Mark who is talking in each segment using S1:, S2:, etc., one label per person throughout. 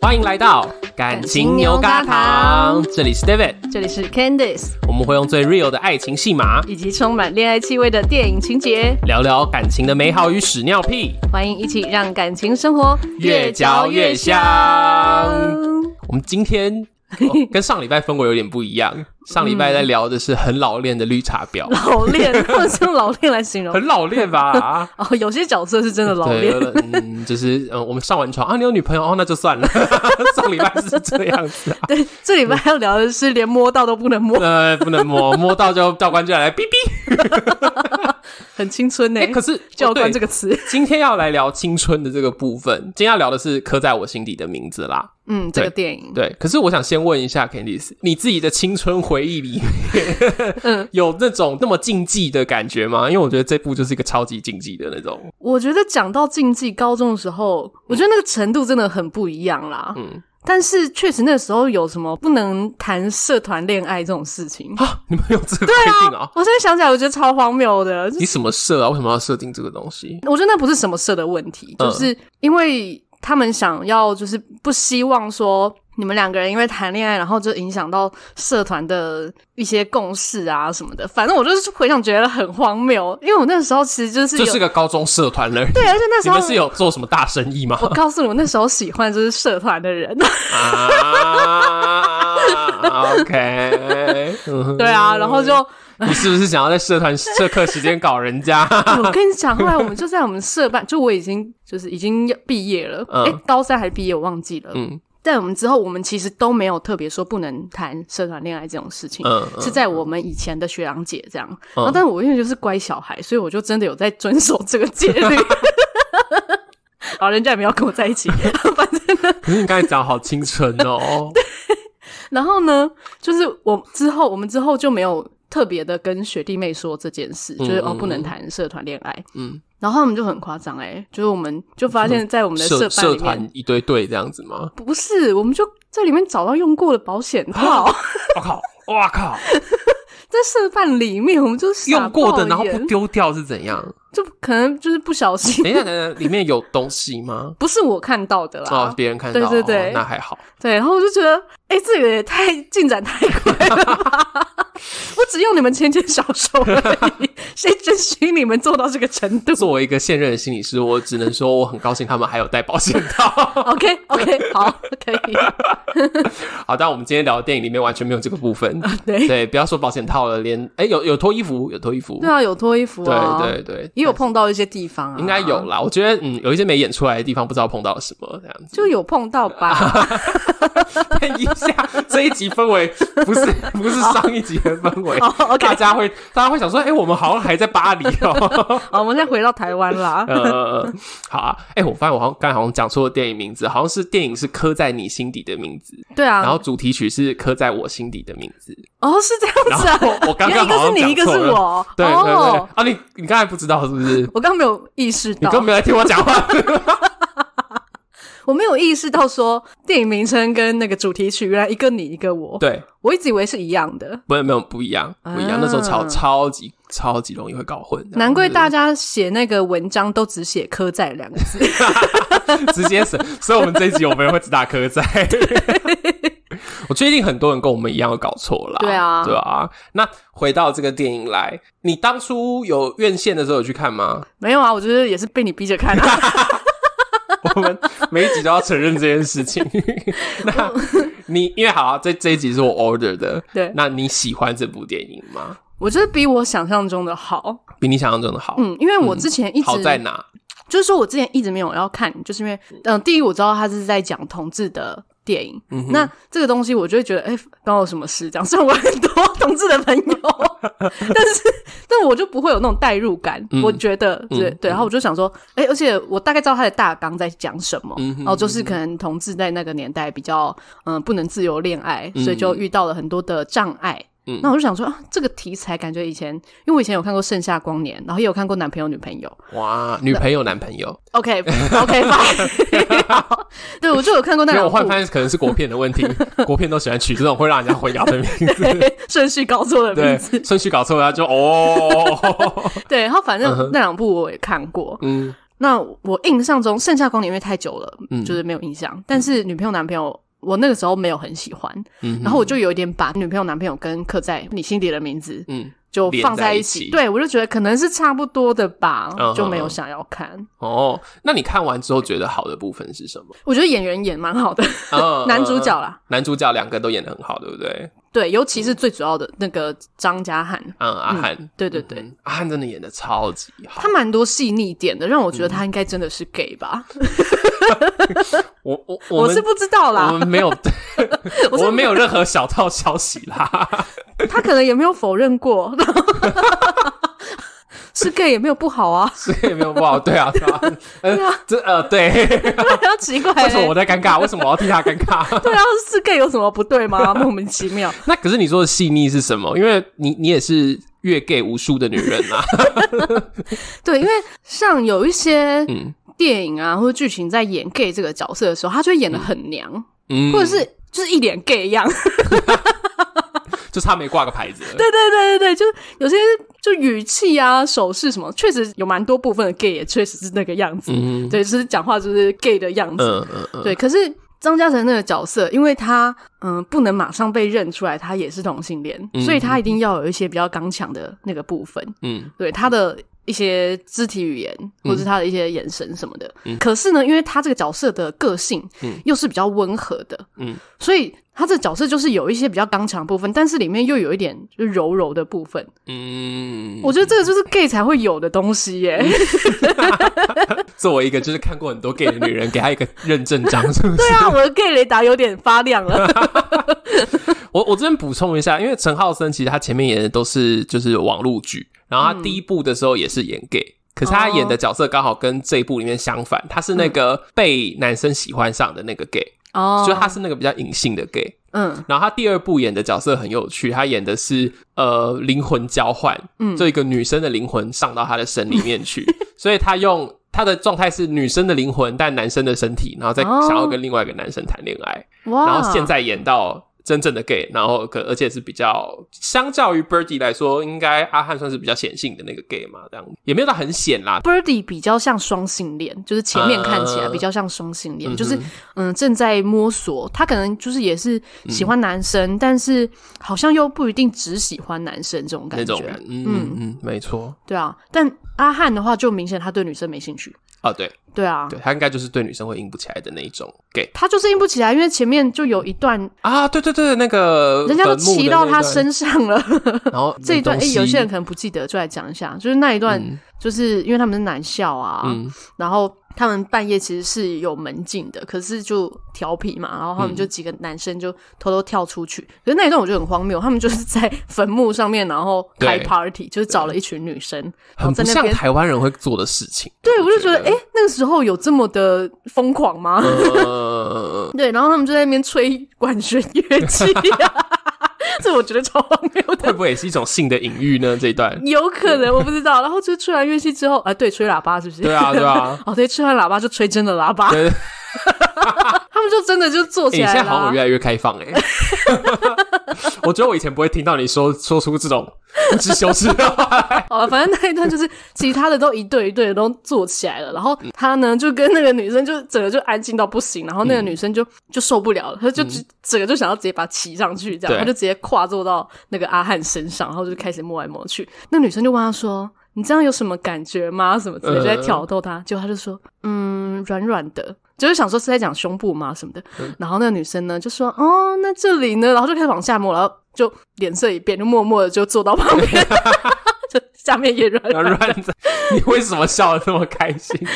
S1: 欢迎来到感情牛轧糖，这里是 David，
S2: 这里是 Candice，
S1: 我们会用最 real 的爱情戏码
S2: 以及充满恋爱气味的电影情节，
S1: 聊聊感情的美好与屎尿屁。
S2: 欢迎一起让感情生活
S1: 越嚼越香。我们今天、哦跟上礼拜氛围有点不一样，上礼拜在聊的是很老练的绿茶 婊，
S2: 老练，他们是用老练来形容。
S1: 很老练吧？
S2: 哦，有些角色是真的老
S1: 对，
S2: 练
S1: 有。的嗯，就是嗯，我们上完床啊，你有女朋友哦，那就算了。 上礼拜是这样子啊，
S2: 对，这礼拜要聊的是连摸到都不能摸，
S1: 呃，不能摸，摸到就教官就来哔哔。
S2: 很青春呢、
S1: 哎、可是
S2: 教官这
S1: 个
S2: 个词，
S1: 今天要来聊青春的这个部分，今天要聊的是刻在我心底的名字啦。
S2: 嗯，这个
S1: 对
S2: 电影，
S1: 对，可是我想先问一下 Candice，你自己的青春回忆里面，
S2: 嗯
S1: 有那种那么禁忌的感觉吗？因为我觉得这部就是一个超级禁忌的那种。
S2: 我觉得讲到竞技，高中的时候，我觉得那个程度真的很不一样啦。
S1: 嗯
S2: 嗯，但是确实那时候有什么不能谈社团恋爱这种事情。
S1: 啊，你们有这个规定啊？
S2: 我现在想起来，我觉得超荒谬的。就
S1: 你什么社啊？为什么要设定这个东西？
S2: 我觉得那不是什么社的问题，
S1: 嗯
S2: 就是因为他们想要，就是不希望说你们两个人因为谈恋爱，然后就影响到社团的一些共识啊什么的。反正我就是回想觉得很荒谬，因为我那时候其实就是有
S1: 就是啊个高中社团了。
S2: 对，而且 那时
S1: 你
S2: 候
S1: 们是有做什么大生 意吗？
S2: 我告诉你，我那时候喜欢就是社团的人，
S1: 啊，OK，嗯
S2: 对啊，然后就
S1: 你是不是想要在社团社课时间搞人家？
S2: 哎我跟你讲，后来我们就在我们社办，就我已经就是已经要毕业了，
S1: 嗯
S2: 哎、高三还毕业我忘记了，
S1: 嗯
S2: 在我们之后，我们其实都没有特别说不能谈社团恋爱这种事情，
S1: 嗯嗯
S2: 是在我们以前的学长姐这样。
S1: 嗯
S2: 然后，但是我因为就是乖小孩，所以我就真的有在遵守这个戒律。 然后人家也没有跟我在一起，反正
S1: 可是你刚才讲好青春哦，
S2: 然后呢，就是我之后我们之后就没有特别的跟学弟妹说这件事，就是哦
S1: 嗯
S2: 不能谈社团恋爱，
S1: 嗯，
S2: 然后他们就很夸张哎、就是我们就发现，在我们的
S1: 社
S2: 办
S1: 社
S2: 里面
S1: 团，一堆队这样子吗？
S2: 不是，我们就在里面找到用过的保险套，
S1: 我靠，哇靠，
S2: 在社办里面，我们就傻
S1: 用过的
S2: 爆
S1: 然后
S2: 眼
S1: 不丢掉是 怎样？
S2: 就可能就是不小心
S1: 等，一下，等一下，里面有东西吗？
S2: 不是我看到的
S1: 哦
S2: 啦，，
S1: 别人看到，
S2: 对对对
S1: 哦那还好。
S2: 对，然后我就觉得，哎、这个也太进展太快了吧！ 我只用你们牵牵小手而已，谁准许你们做到这个程度？
S1: 作为一个现任的心理师，我只能说我很高兴他们还有带保险套。
S2: OK OK，好，可以。
S1: 好，但我们今天聊的电影里面完全没有这个 部分。
S2: 啊对
S1: 对，不要说保险套了，连哎、有有脱衣服，有脱衣服，
S2: 对啊，有脱衣服啊，
S1: 对对对，
S2: 也有碰到一些地方啊，
S1: 应该有，啦。我觉得嗯，有一些没演出来的地方，不知道碰到了什么这样子。
S2: 就有碰到 吧。
S1: 看一下这一集氛围，不是不是上一集的氛围。
S2: 好，OK，哦
S1: 大家会，大家会想说，哎、我们好像还在巴黎 哦。
S2: 好，我们现在回到台湾啊啦。
S1: 呃，好啊，哎、我发现我好像刚才好像讲错了电影名字，好像是电影是刻在你心底的名字，
S2: 对啊，
S1: 然后主题曲是刻在我心底的名字。
S2: 哦是这样子啊
S1: 然后我，刚
S2: 原来一
S1: 刚
S2: 个
S1: 好
S2: 是
S1: 像
S2: 你，一个
S1: 讲
S2: 是
S1: 错了
S2: 我，
S1: 对对对
S2: 哦，
S1: 啊，你你刚才不知道是不是？
S2: 我刚刚没有意识
S1: 你
S2: 到
S1: 根，本没有在听我讲话。
S2: 我没有意识到说电影名称跟那个主题曲原来一个你一个我，
S1: 对，
S2: 我一直以为是一样的，
S1: 没有没有不一样，不一样。
S2: 啊
S1: 那时候超超级超级容易会搞混，这样
S2: 难怪大
S1: 就
S2: 家写那个文章都只写“科在”两个 字。
S1: 是直接省。所以我们这一集我们也会只打 科在。我确定很多人跟我们一样有搞错啦。
S2: 对啊
S1: 对啊。那回到这个电影来，你当初有院线的时候有去看吗？
S2: 没有啊，我觉得也是被你逼着看 啊。
S1: 我们每一集都要承认这件事情。那你因为好、啊，这这一集是我 order 的，
S2: 对
S1: 那你喜欢这部电影吗？
S2: 我觉得比我想象中的好，
S1: 比你想象中的好。
S2: 嗯，因为我之前一直、
S1: 好在哪？
S2: 就是说我之前一直没有要看，就是因为，嗯、第一我知道他是在讲同志的电影。
S1: 嗯哼
S2: 那这个东西，我就会觉得，哎、关我什么事？这样，虽然我很多 同志的朋友，但是， 但我就不会有那种代入感。
S1: 嗯
S2: 我觉得，对、
S1: 嗯
S2: 对。然后我就想说，哎、而且我大概知道他的大纲在讲什么。
S1: 嗯哼
S2: 然后就是可能同志在那个年代比较，嗯、不能自由恋爱，所以就遇到了很多的障碍。
S1: 嗯
S2: 那我就想说啊，这个题材感觉以前，因为我以前有看过《盛夏光年》，然后也有看过《男朋友女朋友》，
S1: 哇，女朋友男朋友，
S2: OK OK fine，对 我就有看过那
S1: 因为
S2: 两
S1: 我
S2: 部
S1: 换翻可能是国片的问 题，国片都喜欢取这种会让人家混淆的名字，
S2: 顺序搞错的
S1: 对
S2: 名字，，
S1: 顺序搞错了 就哦，
S2: 对，然后反
S1: 嗯哼
S2: 正那两部我也看过。
S1: 嗯
S2: 那我印象中《盛夏光年》因为太久了，
S1: 嗯
S2: 就是没有印象。但是女朋友男朋友，我那个时候没有很喜欢，
S1: 嗯哼，
S2: 然后我就有一点把女朋友男朋友跟刻在你心底的名字
S1: 嗯
S2: 就
S1: 连
S2: 放
S1: 在一
S2: 一
S1: 起
S2: 对我就觉得可能是差不多的吧
S1: 嗯，
S2: 就没
S1: 嗯嗯
S2: 有想要看。
S1: 哦，那你看完之后觉得好的部分是什么？
S2: 我觉得演员演蛮好的，
S1: 嗯
S2: 男主角啦，
S1: 男主角两个都演的很好，对不对？
S2: 对，尤其是最主要的那个张家汉，
S1: 嗯，阿
S2: 嗯
S1: 汉，
S2: 对对对
S1: 嗯，阿汉真的演的超级好
S2: 他。蛮多细腻点的，让我觉
S1: 嗯
S2: 得他应该真的是 gay 吧？
S1: 我我
S2: 我
S1: 们
S2: 是不知道
S1: 我
S2: 啦，
S1: 们没有，我
S2: 我是
S1: 们没有任何小道消息啦。
S2: 他可能也没有否认过， 是 gay 也没有不好 啊，
S1: 所以没有不好，对啊，对 啊，呃，这呃，对， 为
S2: 对啊，奇怪、
S1: 什么我
S2: 欸，
S1: 在尴尬？为什么我要替他尴尬？
S2: 对啊，是 gay 有什么不对 吗？莫名其妙，
S1: 那可是你说的细腻是什么？因为你你也是越 gay 无数的女人 啊，
S2: 对，因为像有一些
S1: 嗯
S2: 电影啊或者剧情在演 gay 这个角色的时候，他就会演的很娘，
S1: 嗯，
S2: 或者是就是一脸 gay 一样，
S1: 就差没挂个牌子了，
S2: 对对对对对，就是有些就语气啊、手势什么，确实有蛮多部分的 gay 也确实是那个样子，
S1: 嗯
S2: 对，就是讲话就是 gay 的样子，
S1: 嗯嗯嗯，
S2: 对，可是张嘉诚那个角色，因为他嗯、不能马上被认出来他也是同性恋，
S1: 嗯
S2: 所以他一定要有一些比较刚强的那个部分，
S1: 嗯
S2: 对他的一些肢体语言或者是他的一些眼神什么的。可是呢，因为他这个角色的个性
S1: 嗯
S2: 又是比较温和的，
S1: 嗯，
S2: 所以他这个角色就是有一些比较刚强的部分，但是里面又有一点就是柔柔的部分。
S1: 嗯，
S2: 我觉得这个就是 gay 才会有的东西耶。
S1: 作为一个就是看过很多 gay 的女人，给她一个认证章，是不 是？
S2: 对啊，我的 gay 雷达有点发亮 了。
S1: 我我这边补充一下，因为陈浩森其实他前面演的都是就是网络剧，
S2: 嗯
S1: 然后他第一部的时候也是演 gay，、可是他演的角色刚好跟这一部里面相反，他是那个被男生喜欢上的那个 gay，、
S2: 嗯哦
S1: 所以他是那个比较隐性的 gay。
S2: 嗯
S1: 然后他第二部演的角色很有趣，他演的是呃灵魂交换，嗯，就一个女生的灵魂上到他的身里面去， 所以他用他的状态是女生的灵魂但男生的身体，然后再
S2: 哦
S1: 想要跟另外一个男生谈恋爱。
S2: 哇，
S1: 然后现在演到真正的 gay，然后可而且是比较相较于 Birdy 来说，应该阿汉算是比较显性的那个 gay 嘛，这样也没有到很显啦。
S2: Birdy 比较像双性恋，就是前面看起来
S1: 嗯
S2: 比较像双性恋，
S1: 嗯哼
S2: 就是嗯正在摸索，他可能就是也是喜欢男生，
S1: 嗯
S2: 但是好像又不一定只喜欢男生这种
S1: 那
S2: 感
S1: 种
S2: 觉
S1: 人，，嗯嗯嗯，没错
S2: 对啊。但阿汉的话就明显他对女生没兴趣，
S1: 啊，对
S2: 对啊，
S1: 对，他应该就是对女生会硬不起来的那一种 gay
S2: 他就是硬不起来，因为前面就有一段
S1: 啊，对对对，那个
S2: 人家都
S1: 呃坟墓的
S2: 骑到
S1: 那
S2: 他
S1: 一段，
S2: 身上了。
S1: 然后
S2: 这一段，
S1: 哎
S2: 哎、，有些人可能不记得，就来讲一下，就是那一段，就是因为他们是男校啊，
S1: 嗯
S2: 然后他们半夜其实是有门禁的，可是就调皮嘛，然后他们就
S1: 嗯
S2: 几个男生就偷偷跳出去，可是那一段我觉得很荒谬，他们就是在坟墓上面，然后开
S1: 对
S2: party，就是找了一群女生，然后
S1: 很
S2: 在
S1: 不
S2: 那
S1: 像
S2: 边。
S1: 台湾人会做的事情。
S2: 对，我就觉得，哎、
S1: 哎，
S2: 那个时候有这么的疯狂吗？
S1: 嗯呃，
S2: 对，然后他们就在那边吹管弦乐器、啊， 这我觉得超荒谬的，
S1: 会。不会也是一种性的隐喻呢？这一段
S2: 有可能我不知道。然后就是吹完乐器之后，啊，对，吹喇叭是不是？
S1: 对啊对啊，
S2: 哦，对，吹完喇叭就吹真的喇叭，
S1: 对，
S2: 他们就真的就坐
S1: 欸
S2: 起
S1: 你
S2: 来
S1: 现在
S2: 了
S1: 好像
S2: 啊。
S1: 我越来越开 放哎、我觉得我以前不会听到你说说出这种无知羞耻的话来。
S2: 好了，反正那一段就是其他的都一对一对的都坐起来了，然后他呢就跟那个女生就整个就安静到不行，然后那
S1: 嗯
S2: 个女生就、就受不了了，她就、就整个就想要直接把她骑上去，这样，
S1: 对
S2: 她就直接跨坐到那个阿汉身上，然后就开始摸来摸去。那女生就问他说：“你这样有什么感觉吗？”什么之类的，就在
S1: 嗯
S2: 挑逗他，结果他就说：“嗯，软软的。”就是想说是在讲胸部嘛什么的，然后那个女生呢就说：“哦，那 这里呢？”然后就开始往下摸，然后就脸色一变，就默默的就坐到旁边， 下面也软
S1: 然后
S2: 软，
S1: 乱子，你为什么笑得那么开心？
S2: 就是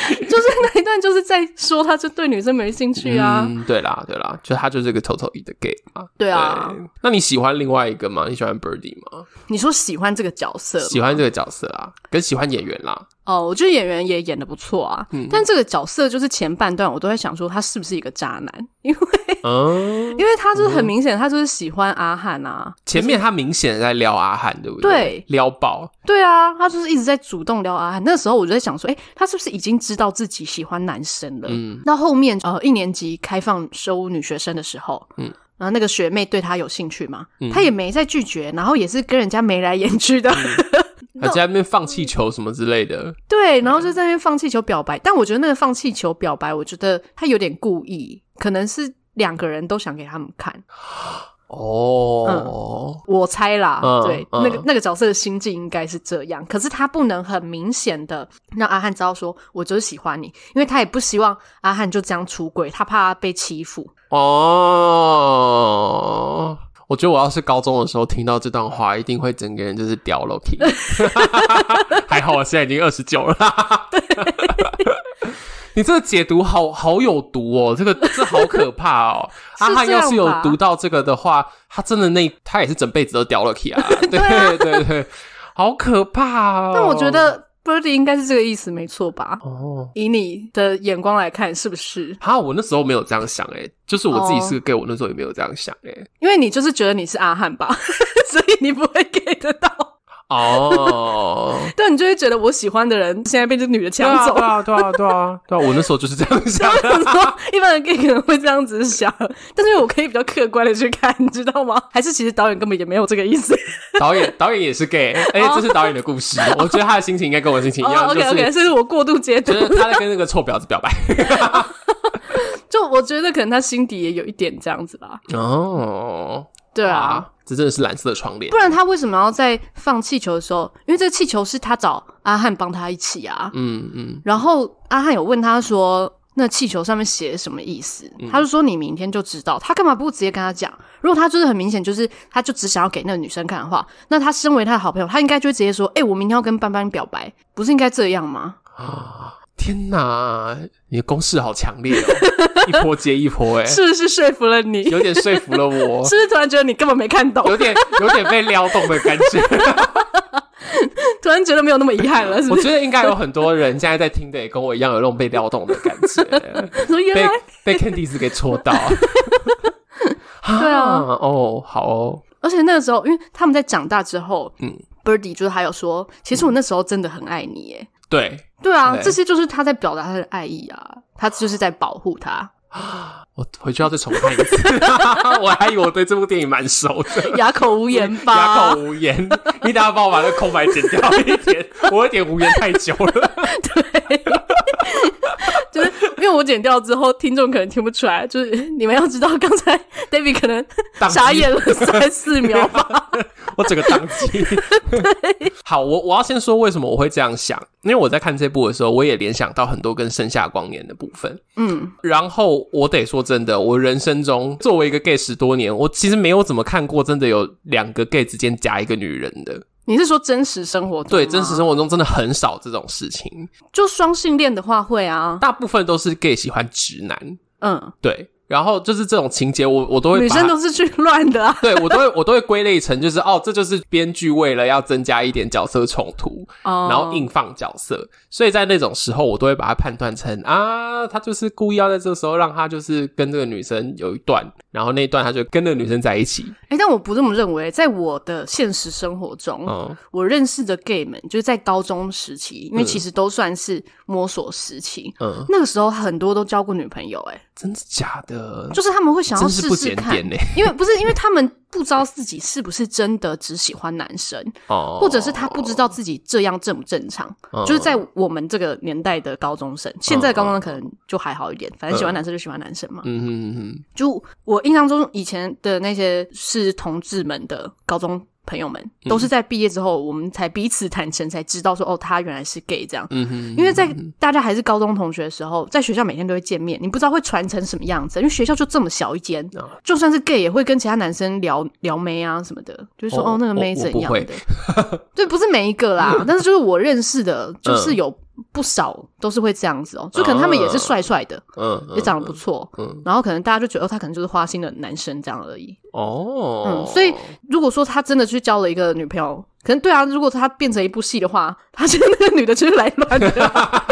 S2: 那一段就是在说他就对女生没兴趣啊。
S1: 嗯，对啦，对啦，就他就是个 totally 的 gay 嘛。
S2: 对啊
S1: 对那你喜欢另外一个吗？你喜欢 Birdy 吗？
S2: 你说喜欢这个角色吗，
S1: 喜欢这个角色啊，跟喜欢演嗯员啦。
S2: 哦，我觉得演员也演的不错啊。但这个角色就是前半段我都在想说他是不是一个渣男，因为
S1: 嗯，
S2: 因为他就是很明显他就是喜欢阿汉啊。
S1: 前面他明显在撩阿汉，对不对
S2: 对
S1: 撩爆，
S2: 对啊，他就是一直在主动撩阿汉。那时候我就在想说，诶，他是不是已经知道自己喜欢男生了？
S1: 嗯
S2: 到后面呃一年级开放收女学生的时候，
S1: 嗯
S2: 嗯，然后那个学妹对他有兴趣嘛，
S1: 嗯
S2: 他也没再拒绝，然后也是跟人家眉来眼去的，
S1: 还在那边放气球什么之类的。
S2: 对，然后就在那边放气球表白。但我觉得那个放气球表白，我觉得他有点故意，可能是两个人都想给他们看，
S1: 哦，
S2: 我猜啦，
S1: 嗯
S2: 对，
S1: 嗯
S2: 那个那个角色的心境应该是这样，可是他不能很明显的让阿汉知道说我就是喜欢你，因为他也不希望阿汉就这样出轨，他怕他被欺负。
S1: 哦。我觉得我要是高中的时候听到这段话，一定会整个人就是掉了 皮。还好我现在已经二十九了。你这个解读好好有毒哦，这个这好可怕 哦。
S2: 是
S1: 阿汉
S2: 这
S1: 要
S2: 样
S1: 是有
S2: 吧
S1: 读到这个的话，他真的那他也是整辈子都掉了 皮啊。对对对，好可怕哦。
S2: 但我觉得 Birdy 应该是这个意思，没错吧？
S1: 哦，
S2: 以你的眼光来看，是不是？
S1: 哈，我那时候没有这样想诶、就是我自己
S2: 哦
S1: 是个 gay，、我那时候也没有这样想欸诶、
S2: 因为你就是觉得你是阿汉吧， 所以你不会 get 得到。
S1: 哦，
S2: 但你就会觉得我喜欢的人现在被这女的
S1: 对
S2: 抢
S1: 啊，
S2: 走
S1: 对，啊，对啊，对啊， 对啊，我那时候就是这样想
S2: 我想
S1: 的。
S2: 说一般人 gay 可能会这样子想，但是我可以比较客观的去看，你知道吗？还是其实导演根本也没有这个意思。
S1: 导演，导演也 是 gay，而且这是导演的故事，
S2: 哦
S1: 我觉得他的心情应该跟我心情一样，
S2: o k
S1: 就是
S2: 哦 OK，这是我过度解读
S1: 就。是他在跟那个臭婊子表白。
S2: 就我觉得可能他心底也有一点这样子吧。
S1: 哦，
S2: 对啊，
S1: 哇，这真的是蓝色的窗帘
S2: 不。然他为什么要在放气球的时候？因为这个气球是他找阿汉帮他一起啊。
S1: 嗯嗯，
S2: 然后阿汉有问他说：“那气球上面写什么意思？”他就说：“你明天就知道。”他干嘛不直接跟他讲？如果他就是很明显，就是他就只想要给那个女生看的话，那他身为他的好朋友，他应该就会直接说：“哎、我明天要跟班班表白，不是应该这样吗
S1: 天哪，你的攻势好强 烈哦，一波接一波，？”诶，
S2: 是不是说服了你？是
S1: 哎有点说服了我
S2: 不， 是突然觉得你根本没看 懂
S1: 有，点有点被撩动的感觉。
S2: 突然觉得没有那么遗憾了？是不
S1: 我
S2: 是？
S1: 觉得应该有很多人现在在听的也跟我一样有那种被撩动的感觉，
S2: 说原
S1: 被
S2: 来
S1: 被 Candice 给戳 到。对
S2: 对啊
S1: 哦，好哦，
S2: 而且那个时候，因为他们在长大之后，
S1: 嗯
S2: 嗯，Birdy 就是还有说，其实我那时候真的很爱你，耶。
S1: 对
S2: 对啊，
S1: 对
S2: 这些就是他在表达他的爱意啊，他就是在保护他。
S1: 我回去要再重看一次， 我还以为我对这部电影蛮熟的。
S2: 哑口无言吧？
S1: 哑口无言，
S2: 啊
S1: 你等下帮我把那空白剪掉一点，我有点无言太久 了。
S2: 就是因为我剪掉之后，听众可能听不出来。就是你们要知道，刚才 David 可能
S1: 宕机
S2: 傻眼了三四秒 吧。
S1: 我整个宕机。好，我我要先说为什么我会这样想，因为我在看这部的时候，我也联想到很多跟《盛夏光年》的部分。
S2: 嗯，
S1: 然后我得说真的，我人生中作为一个 gay 十多年，我其实没有怎么看过真的有两个 gay 之间夹一个女人的。
S2: 你是说真实生活中吗？
S1: 对，真实生活中真的很少这种事情，
S2: 就双性恋的话会啊，
S1: 大部分都是 gay 喜欢直男。
S2: 嗯，
S1: 对，然后就是这种情节我，我都会把
S2: 女生
S1: 它
S2: 都是去乱的啊。
S1: 对我都会我都会归类成就是哦，这就是编剧为了要增加一点角色冲突，
S2: 哦
S1: 然后硬放角色，所以在那种时候我都会把它判断成啊，他就是故意要在这个时候让他就是跟这个女生有一段，然后那一段他就跟那个女生在一起，
S2: 哎、但我不这么认为，在我的现实生活中，
S1: 嗯
S2: 我认识的 gay 们，就是在高中时期，因为
S1: 嗯
S2: 其实都算是摸索时期，
S1: 嗯，
S2: 那个时候很多都交过女朋友、欸，哎，
S1: 真的假的？
S2: 就是他们会想要
S1: 真是
S2: 试
S1: 不
S2: 试
S1: 检
S2: 看，
S1: 点呢、
S2: 因为不是因为他们不知道自己是不是真的只喜欢男生，
S1: 哦，
S2: 或者是他不知道自己这样正不正常。
S1: 嗯
S2: 就是在我们这个年代的高中生，现在的高中生可能就还好一点，反正喜欢男生就喜欢男生嘛。
S1: 嗯嗯嗯
S2: 就我印象中，以前的那些是同志们的高中朋友们，
S1: 嗯
S2: 都是在毕业之后，我们才彼此坦诚，才知道说哦，他原来是 gay 这样。
S1: 嗯哼，
S2: 因为在大家还是高中同学的时候，在学校每天都会见面，你不知道会传成什么样子，因为学校就这么小一间
S1: 啊，
S2: 就算是 gay 也会跟其他男生聊聊妹啊什么的，就是说
S1: 哦
S2: 哦那个妹
S1: 我我
S2: 怎
S1: 不
S2: 样
S1: 会
S2: 的，对，不是每一个 啦，但是就是我认识的，就是
S1: 嗯
S2: 有不少都是会这样子哦，就可能他们也是帅帅的，
S1: 嗯啊嗯
S2: 也长得不错，
S1: 嗯
S2: 然后可能大家就觉得哦他可能就是花心的男生这样而已，
S1: 哦
S2: 嗯，所以如果说他真的去交了一个女朋友，可能对啊，如果他变成一部戏的话，他是那个女的就是来乱 的、啊，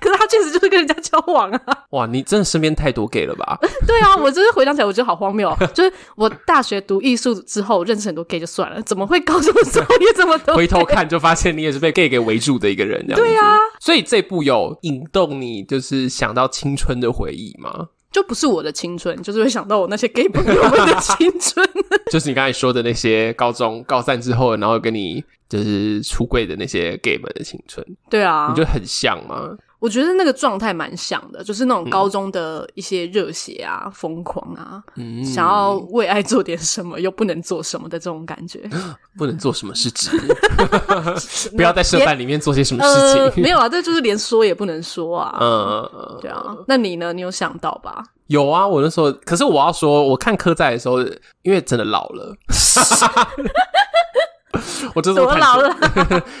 S2: 可是他确实就是跟人家交往啊。
S1: 哇，你真的身边太多 gay 了吧？
S2: 对啊，我就是回想起来，我觉得好荒谬、哦。就是我大学读艺术之后认识很多 gay 就算了，怎么会高中的时候也这么多？
S1: 回头看就发现你也是被 gay 给围住的一个人，这样对啊。所以这部有引动你，就是想到青春的回忆吗？
S2: 就不是我的青春，就是会想到我那些 gay 朋友们的青 春。
S1: 就是你刚才说的那些高中高三之后，然后跟你就是出柜的那些 gay 们的青春，
S2: 对啊，
S1: 你觉得很像吗？
S2: 我觉得那个状态蛮像的，就是那种高中的一些热血啊、疯、狂啊，
S1: 嗯，
S2: 想要为爱做点什么又不能做什么的这种感觉。
S1: 不能做什么事情， 不要在社办里面做些什么事
S2: 呃，
S1: 情。
S2: 没有啊，这就是连说也不能说啊。
S1: 嗯，
S2: 对啊，那你呢？你有想到吧？
S1: 有啊，我那时候，可是我要说，我看科仔的时候，因为真的老 了，我真的
S2: 怎么老了？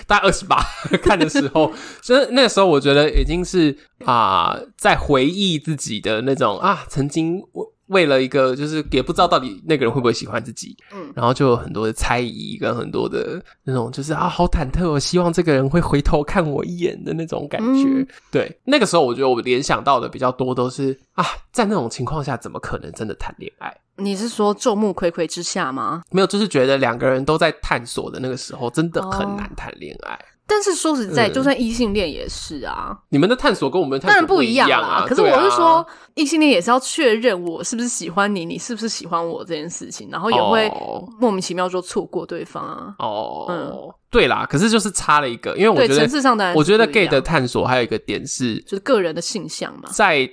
S1: 大概二十八 看的时候，就是那时候我觉得已经是啊、在回忆自己的那种啊，曾经为为了一个就是也不知道到底那个人会不会喜欢自己，
S2: 嗯
S1: 然后就有很多的猜疑跟很多的那种就是啊，好忐忑哦，希望这个人会回头看我一眼的那种感觉。
S2: 嗯
S1: 对，那个时候我觉得我联想到的比较多都是啊，在那种情况下怎么可能真的谈恋爱？
S2: 你是说众目睽睽之下吗？
S1: 没有，就是觉得两个人都在探索的那个时候，真的很
S2: 哦
S1: 难谈恋爱。
S2: 但是说实在，
S1: 嗯
S2: 就算异性恋也是啊，
S1: 你们的探索跟我们的
S2: 当
S1: 探
S2: 然
S1: 索不
S2: 一
S1: 样
S2: 啦
S1: 啊。。
S2: 可是
S1: 对
S2: 我
S1: 啊
S2: 是说，，异性恋也是要确认我是不是喜欢你，你是不是喜欢我这件事情，然后也会
S1: 哦
S2: 莫名其妙就错过对方啊。
S1: 哦，
S2: 嗯
S1: 对啦，可是就是差了一个，因为我
S2: 对，
S1: 觉
S2: 层
S1: 得，
S2: 次上当然是
S1: 我觉得
S2: 不一
S1: gay
S2: 样
S1: 的探索还有一个点是
S2: 就是个人的性向嘛
S1: 在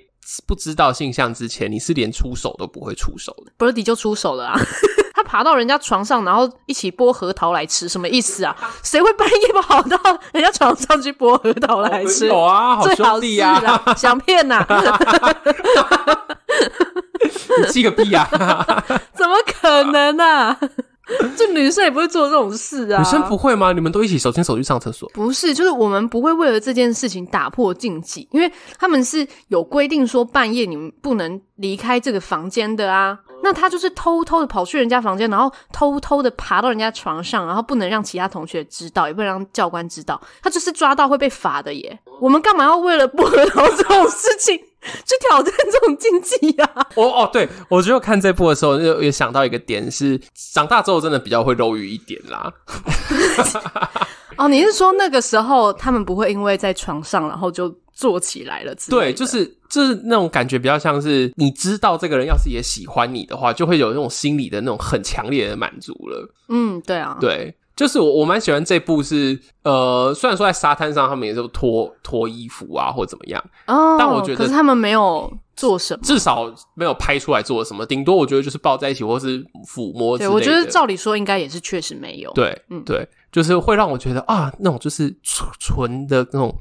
S1: 不知道性向之前，你是连出手都不会出手的。
S2: b i r d y 就出手了啊。 他爬到人家床上，然后一起剥核桃来吃，什么意思啊？谁会半夜跑到人家床上去剥核桃来吃？
S1: 有啊，好
S2: 最好
S1: 兄
S2: 是
S1: 弟啊，
S2: 啦，想骗 呐、
S1: 你气个屁 啊！
S2: 怎么可能啊？ 这女生也不会做这种事啊。
S1: 女生不会吗？你们都一起手牵手去 上厕所？
S2: 不是，就是我们不会为了这件事情打破禁忌，因为他们是有规定说半夜你们不能离开这个房间的啊。那他就是偷偷的跑去人家房间，然后偷偷的爬到人家床上，然后不能让其他同学知道，也不能让教官知道。他就是抓到会被罚的耶。我们干嘛要为了不合同这种事情去挑战这种禁忌啊呀、
S1: 哦哦，对，我觉得看这部的时候，就也想到一个点是，长大之后真的比较会肉欲一点啦。
S2: 哦，你是说那个时候他们不会因为在床上然后就坐起来了之类的？
S1: 对，就是就是那种感觉，比较像是你知道这个人要是也喜欢你的话，就会有那种心理的那种很强烈的满足了。
S2: 嗯，对啊，
S1: 对，就是我我蛮喜欢这部是呃，虽然说在沙滩上他们也是脱脱衣服啊或怎么样，
S2: 哦，
S1: 但我觉得
S2: 可是他们没有做什么。
S1: 至少没有拍出来做什么，顶多我觉得就是抱在一起或是抚摸之
S2: 对，
S1: 类的。
S2: 我觉得照理说应该也是确实没有。，
S1: 对，
S2: 嗯
S1: 对，就是会让我觉得啊，那种就是纯纯的那种。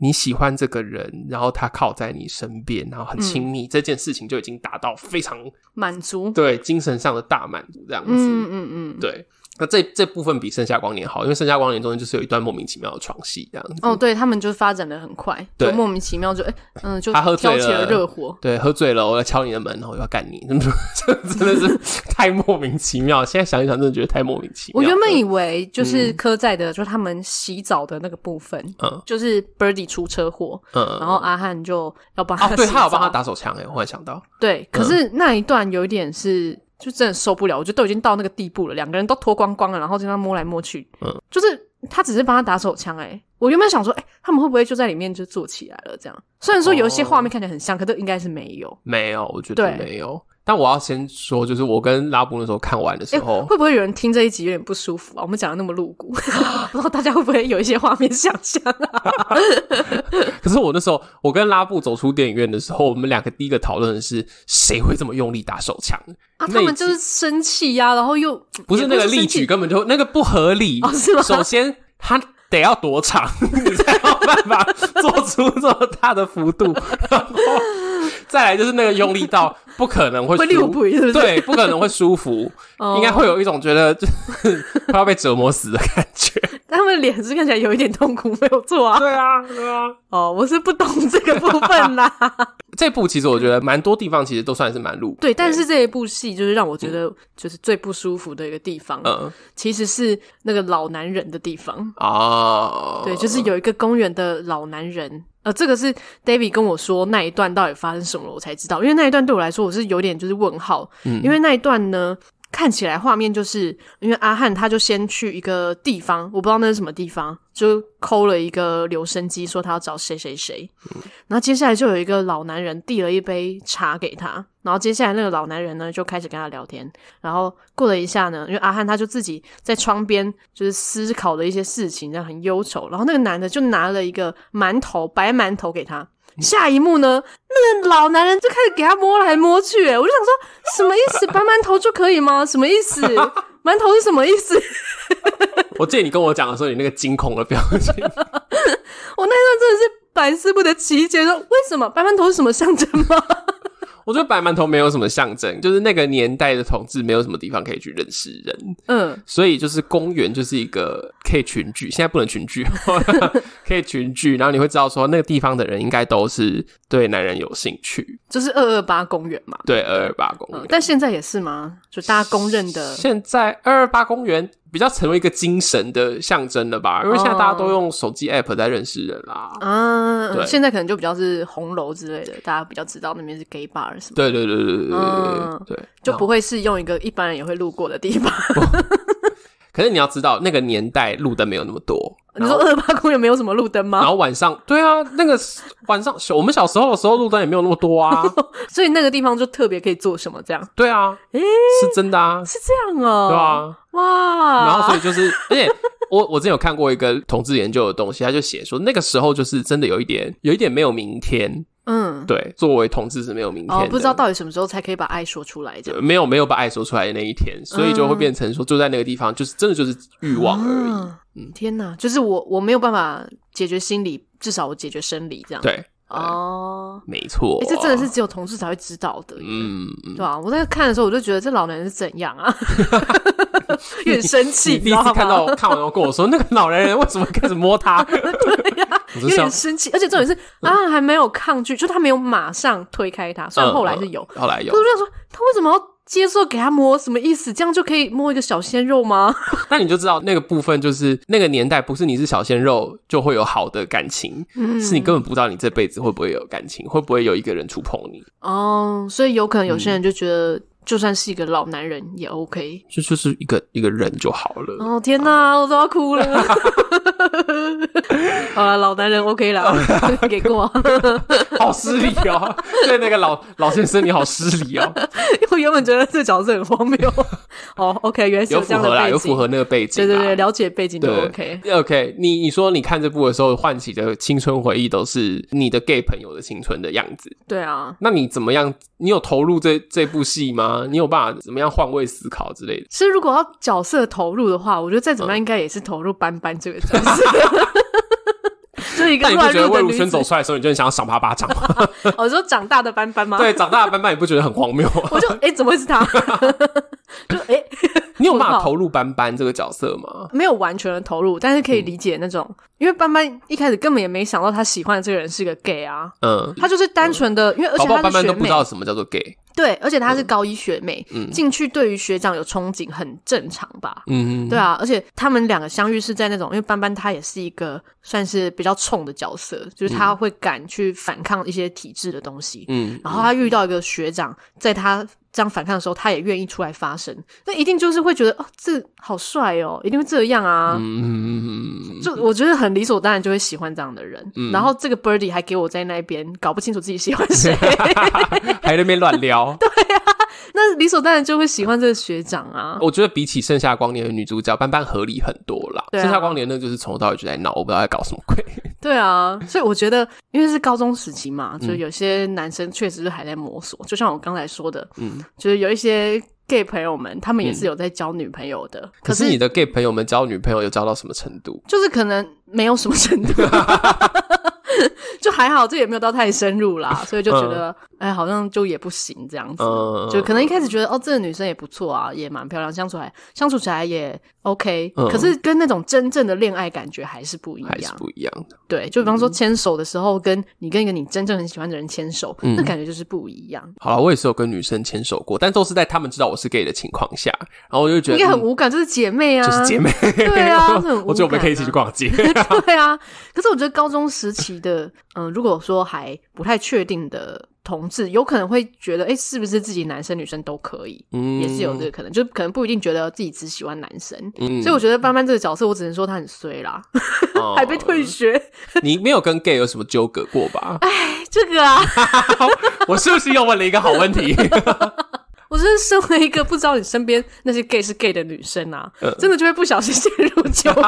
S1: 你喜欢这个人，然后他靠在你身边，然后很
S2: 嗯
S1: 亲密，这件事情就已经达到非常
S2: 满足。
S1: 对精神上的大满足这样子。
S2: 嗯嗯嗯。
S1: 对，那这这部分比《盛夏光年》好，因为《盛夏光年》中间就是有一段莫名其妙的床戏这样子。
S2: 哦，对他们就发展的很快，
S1: 对
S2: 就莫名其妙就哎，嗯，就
S1: 他喝醉
S2: 挑起
S1: 了
S2: 热 火。
S1: 对，喝醉了，我要敲你的门，然后我要干你， 这真的是太莫名其妙。现在想一想，真的觉得太莫名其妙
S2: 我
S1: 了。嗯
S2: 原本以为就是科在的，就他们洗澡的那个部分，
S1: 嗯
S2: 就是 Birdy 出车祸，
S1: 嗯，
S2: 然后阿汉就要帮
S1: 哦，对
S2: 洗
S1: 他有帮
S2: 澡
S1: 他打手枪哎，我忽然想到，
S2: 对，
S1: 嗯
S2: 可是那一段有一点是，就真的受不了，我觉得都已经到那个地步了，两个人都脱光光了，然后在那摸来摸去，
S1: 嗯，
S2: 就是他只是帮他打手枪、欸，我原本想说，哎、他们会不会就在里面就
S1: 哦
S2: 做起来了？这样，虽然说有一些画面看起来很像，可都应该是没有。
S1: 没有，我觉得
S2: 对
S1: 没有。但我要先说，就是我跟拉布那时候看完的时候，
S2: 哎会不会有人听这一集有点不舒服啊？我们讲的那么露骨， 不知道大家会不会有一些画面想象 啊？
S1: 可是我那时候我跟拉布走出电影院的时候，我们两个第一个讨论的是谁会这么用力打手枪？
S2: 啊，
S1: 那
S2: 他们
S1: 一
S2: 就是生气呀、然后又
S1: 不是
S2: 也
S1: 那个例
S2: 生气
S1: 举，根本就那个不合理。
S2: 哦是吗
S1: 首先，他得要多 长，你才有办法做出这么大的幅度，然后再来就是那个用力到不可能会
S2: 会
S1: 舒
S2: 六不是不是？
S1: 对，不可能会舒服，
S2: 哦
S1: 应该会有一种觉得就是 快要被折磨死的感 觉。
S2: 但他们脸是看起来有一点痛苦，没有错啊。
S1: 对啊，对啊。
S2: 哦，我是不懂这个部分啦。
S1: 这部其实我觉得蛮多地方其实都算是蛮露骨。
S2: 对，但是这一部戏就是让我觉得就是最不舒服的一个地方，
S1: 嗯
S2: 其实是那个老男人的地方。
S1: 啊，
S2: 对，就是有一个公园的老男人。呃，这个是 David 跟我说那一段到底发生什么了，我才知道。因为那一段对我来说，我是有点就是问号，因为那一段呢。看起来画面就是因为阿汉他就先去一个地方，我不知道那是什么地方，就抠了一个留声机，说他要找谁谁谁。然后接下来就有一个老男人递了一杯茶给他，然后接下来那个老男人呢就开始跟他聊天。然后过了一下呢，因为阿汉他就自己在窗边就是思考的一些事情，这样很忧愁。然后那个男的就拿了一个馒头，白馒头给他。下一幕呢，那个老男人就开始给他摸来摸去，哎我就想说什么意思？白馒头就可以吗？什么意思？馒头是什么意思？
S1: 我记得你跟我讲的时候，你那个惊恐的表情，
S2: 我那一段真的是百思不得其解，说为什么白馒头是什么象征吗？
S1: 我觉得白馒头没有什么象征，就是那个年代的统治没有什么地方可以去认识人，
S2: 嗯，
S1: 所以就是公园就是一个可以群聚，现在不能群聚， 可以群聚，然后你会知道说那个地方的人应该都是对男人有兴趣，
S2: 就是二二八公园嘛。
S1: 对二二八公
S2: 嗯
S1: 园，。
S2: 但现在也是吗？就大家公认的
S1: 现在二二八公园比较成为一个精神的象征了吧，因为现在大家
S2: 哦
S1: 都用手机 app 在认识人啦。
S2: 啊，
S1: 对
S2: 现在可能就比较是红楼之类的，大家比较知道那边是 gay bar 什么的，
S1: 对对对对对对对对
S2: 嗯
S1: 对，
S2: 就不会是用一个一般人也会路过的地方。
S1: 可是你要知道，那个年代路灯没有那么多，
S2: 你
S1: 然
S2: 说
S1: 后
S2: 二八公园没有什么路灯
S1: 然
S2: 吗？
S1: 后晚上，对啊，那个晚上小我们小时候的时候，路灯也没有那么多 啊，
S2: 所以那个地方就特别可以做什么？这样
S1: 对啊，
S2: 诶
S1: 是真的 啊，
S2: 是这样哦、啊
S1: 对啊，
S2: 哇，
S1: 然后所以就是，而且我我之前有看过一个同志研究的东西，他就写说那个时候就是真的有一点有一点没有明天，
S2: 嗯，
S1: 对，作为同志是没有明天
S2: 哦
S1: 的，，
S2: 不知道到底什么时候才可以把爱说出来，这
S1: 对
S2: 样
S1: 没有没有把爱说出来的那一天，所以就会变成说住在那个地方，就是真的就是欲望而已。
S2: 嗯啊天哪，就是我我没有办法解决心理，至少我解决生理这样。
S1: 对，
S2: 哦、
S1: 没错
S2: 诶，这真的是只有同事才会知道的。
S1: 嗯，嗯
S2: 对啊，我在看的时候我就觉得这老男人是怎样 啊，有点生气，
S1: 你
S2: 你
S1: 第
S2: 知
S1: 一
S2: 道
S1: 次
S2: 吗？
S1: 看到看完后跟我说，那个老男人为什么开始 摸他？ 我
S2: 有
S1: 就想
S2: 点生气，而且重点是啊，还没有抗拒，就他没有马上推开他，虽然后来是有，
S1: 嗯嗯后来
S2: 可
S1: 有
S2: 是，我就想说，他为什么要接受给他摸？什么意思？这样就可以摸一个小鲜肉吗？
S1: 那你就知道那个部分就是那个年代，不是你是小鲜肉就会有好的感情，
S2: 嗯
S1: 是你根本不知道你这辈子会不会有感情，会不会有一个人触碰你，
S2: 哦，所以有可能有些人就觉得，就算是一个老男人也 OK。
S1: 就就是一个一个人就好了。
S2: 哦天哪，我都要哭了。 好了，老男人 OK 啦， 给过。
S1: 好失礼哦， 对那个老老先生你好失礼哦，
S2: 因为我原本觉得这角色很荒谬。 哦，OK，原来是
S1: 有
S2: 这
S1: 符
S2: 样的
S1: 合啦，
S2: 背
S1: 有
S2: 景。
S1: 符合那个背景
S2: 对
S1: 啦，
S2: 对对，了解背景就
S1: 对
S2: OK。
S1: OK，你你说你看这部的时候唤起的青春回忆，都是你的 gay 朋友的青春的样子。
S2: 对啊，
S1: 那你怎么样？你有投入这这部戏吗？你有办法怎么样换位思考之类的？
S2: 其实如果要角色投入的话，我觉得再怎么样应该也是投入斑斑这个角色。 就是一个
S1: 但你不
S2: 乱
S1: 觉得
S2: 入
S1: 魏
S2: 的
S1: 如
S2: 女
S1: 萱
S2: 子
S1: 走，出来的时候，你就很想要赏他巴掌吗？
S2: 我说长大的斑斑吗？
S1: 对，，长大的斑斑，你不觉得很荒谬吗？
S2: 我就哎、诶怎么会是他？ 就哎、诶
S1: 你有办
S2: 问
S1: 法
S2: 号
S1: 投入斑斑这个角色吗？
S2: 没有完全的投入，但是可以理解那种，因为斑斑一开始根本也没想到他喜欢的这个人是个 gay 啊，
S1: 嗯，
S2: 他就是单纯的，因为而
S1: 搞
S2: 且
S1: 不好
S2: 他
S1: 斑
S2: 是
S1: 斑
S2: 学
S1: 都不
S2: 妹
S1: 知，道什么叫做 gay。
S2: 对，而且他
S1: 嗯
S2: 是高一学妹，进去对于学长有憧憬很正常吧？
S1: 嗯，
S2: 对啊，而且他们两个相遇是在那种，因为斑斑她也是一个算是比较冲的角色，就是她会敢去反抗一些体制的东西。
S1: 嗯，
S2: 然后她遇到一个学长，在她这样反抗的时候，她也愿意出来发声，那一定就是会觉得哦，这好帅哦，一定会这样啊。
S1: 嗯，
S2: 就我觉得很理所当然就会喜欢这样的人。然后这个 Birdy 还给我在那边搞不清楚自己喜欢谁，
S1: 还在那边乱聊，
S2: 那理所当然就会喜欢这个学长啊。
S1: 我觉得比起盛夏光年的女主角斑斑合理很多啦。
S2: 对啊
S1: 盛夏光年那个就是从头到尾就在闹，我不知道在搞什么鬼。
S2: 对啊，所以我觉得，因为是高中时期嘛，
S1: 嗯
S2: 就有些男生确实是还在摸索。就像我刚才说的，
S1: 嗯，
S2: 就是有一些 gay 朋友们，他们也是有在交女朋友的，
S1: 可
S2: 可
S1: 是你的 gay 朋友们交女朋友有交到什么程度？
S2: 就是可能没有什么程度， 就还好，这也没有到太深入 啦，所以就觉得，哎、好像就也不行这样子。
S1: 嗯
S2: 就可能一开始觉得哦，这个女生也不错啊，也蛮漂亮，相处还相处起来也 OK，、
S1: 嗯
S2: 可是跟那种真正的恋爱感觉还是不一
S1: 还是
S2: 样。
S1: 不一样的。
S2: 对，就比
S1: 嗯
S2: 方说牵手的时候，跟你跟一个你真正很喜欢的人牵手，
S1: 嗯
S2: 那感觉就是不一样，
S1: 好了，我也是有跟女生牵手过，但都是在他们知道我是 gay 的情况下，然后我就觉
S2: 应
S1: 得
S2: 该很
S1: 嗯
S2: 无感，就是姐妹啊，
S1: 就是姐妹，
S2: 对 啊这很无
S1: 我觉得我们可以
S2: 感啊
S1: 一起去逛街。
S2: 对啊，可是我觉得高中时期的，嗯、如果说还不太确定的同志，有可能会觉得，哎、是不是自己男生女生都可以？
S1: 嗯，
S2: 也是有这个可能，就可能不一定觉得自己只喜欢男生。
S1: 嗯
S2: 所以我觉得班班这个角色，我只能说他很衰啦，
S1: 哦
S2: 还被退学。
S1: 你没有跟 gay 有什么纠葛过吧？
S2: 这个啊，
S1: 我是不是又问了一个好问题？
S2: 我真的身为一个不知道你身边那些 gay 是 gay 的女生啊，
S1: 呃
S2: 真的就会不小心陷入纠葛。